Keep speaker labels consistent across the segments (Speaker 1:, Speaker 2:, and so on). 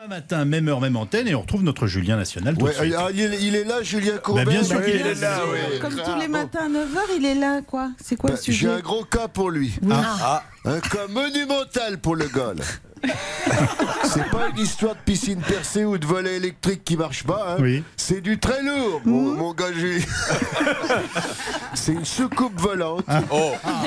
Speaker 1: Demain matin, même heure, même antenne, et on retrouve notre Julien National. tout de
Speaker 2: Ouais,
Speaker 1: suite. Bah,
Speaker 2: ah, il, est- il est là, Julien Courbet.
Speaker 1: bien sûr qu'il est
Speaker 2: il
Speaker 1: là,
Speaker 2: Bah oui.
Speaker 3: Comme tous
Speaker 2: Ah,
Speaker 3: les
Speaker 2: bon.
Speaker 3: matins à 9h, il est là, quoi. C'est quoi
Speaker 2: Bah,
Speaker 3: le
Speaker 2: J'ai
Speaker 3: sujet
Speaker 2: un gros cas pour lui.
Speaker 4: Ah,
Speaker 2: Un cas monumental pour le Gol. C'est pas une histoire de piscine percée ou de volet électrique qui marche pas. hein.
Speaker 1: Oui.
Speaker 2: C'est du très lourd, mon,
Speaker 3: Hmm.
Speaker 2: mon gars Julien. C'est une soucoupe volante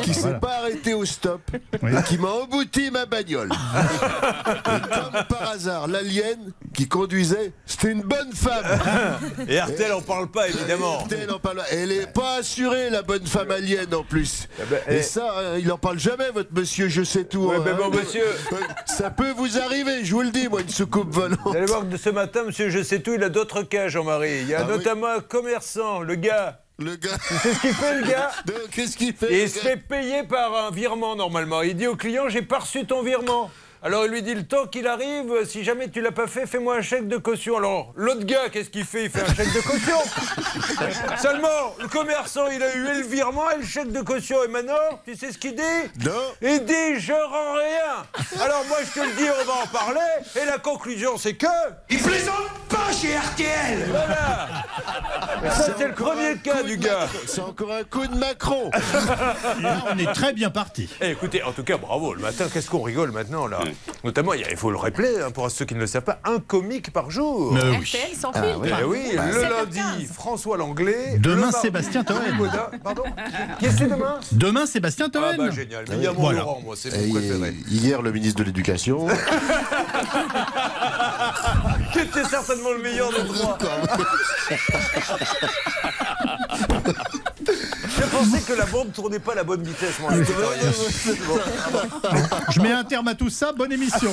Speaker 2: qui
Speaker 1: Ah. Oh.
Speaker 2: s'est
Speaker 1: voilà.
Speaker 2: pas arrêtée au stop
Speaker 1: Oui. Ah.
Speaker 2: et qui m'a embouti ma bagnole. Et comme par hasard, l'alien qui conduisait, c'était une bonne femme.
Speaker 4: Et Artel, on parle pas évidemment.
Speaker 2: Elle en parle- Elle est pas assurée, la bonne femme alien en plus.
Speaker 4: ben,
Speaker 2: Et
Speaker 4: eh.
Speaker 2: ça, euh, il en parle jamais, votre monsieur, je sais tout.
Speaker 4: Ouais,
Speaker 2: hein,
Speaker 4: mais bon,
Speaker 2: hein.
Speaker 4: monsieur.
Speaker 2: Euh, Ça peut vous arriver, je vous le dis, moi, une soucoupe volante.
Speaker 4: Vous allez voir que ce matin, monsieur, je sais tout, il a d'autres cas, Jean-Marie. Il y a
Speaker 2: Ah oui.
Speaker 4: notamment un commerçant, le gars.
Speaker 2: Le gars.
Speaker 4: C'est ce qu'il fait, le gars
Speaker 2: Donc, Qu'est-ce qu'il fait
Speaker 4: Et
Speaker 2: le
Speaker 4: il se
Speaker 2: gars
Speaker 4: fait payer par un virement normalement. Il dit au client J'ai pas reçu ton virement. Alors il lui dit Le temps qu'il arrive, euh, si jamais tu l'as pas fait, fais-moi un chèque de caution. Alors l'autre gars, qu'est-ce qu'il fait Il fait un chèque de caution. Seulement, le commerçant, il a eu et le virement et le chèque de caution. Et maintenant, tu sais ce qu'il dit
Speaker 2: Non.
Speaker 4: Il dit Je rends rien. Alors moi, je te le dis, on va en parler. Et la conclusion, c'est que.
Speaker 5: Il plaisante pas chez RTL
Speaker 4: Voilà Ça, c'est le premier cas du gars.
Speaker 2: C'est encore un coup de Macron.
Speaker 1: Là, on est très bien parti.
Speaker 4: Eh, écoutez, en tout cas, bravo, le matin, qu'est-ce qu'on rigole maintenant, là Notamment, il y a- il faut le rappeler, hein, pour ceux qui ne le savent pas, un comique par jour.
Speaker 1: Euh, oui.
Speaker 6: RTL sans filtre.
Speaker 4: Eh oui, le
Speaker 6: 7h15.
Speaker 4: lundi, François Langlais.
Speaker 1: Demain,
Speaker 4: le mardi,
Speaker 1: Sébastien Toen.
Speaker 4: Jean-Louis Baudin. Pardon Qu'est-ce que c'est demain
Speaker 1: Demain, Sébastien
Speaker 4: Ah
Speaker 1: Toen.
Speaker 4: bah génial, mais il y a mon
Speaker 1: Voilà.
Speaker 4: Laurent, moi, c'est
Speaker 2: Et
Speaker 4: mon préféré.
Speaker 2: hier, le ministre de l'Éducation.
Speaker 4: Qui était certainement le meilleur de trois. Je pensais que la bande tournait pas à la bonne vitesse, moi. Victorien.
Speaker 1: Je mets un terme à tout ça. Bonne émission.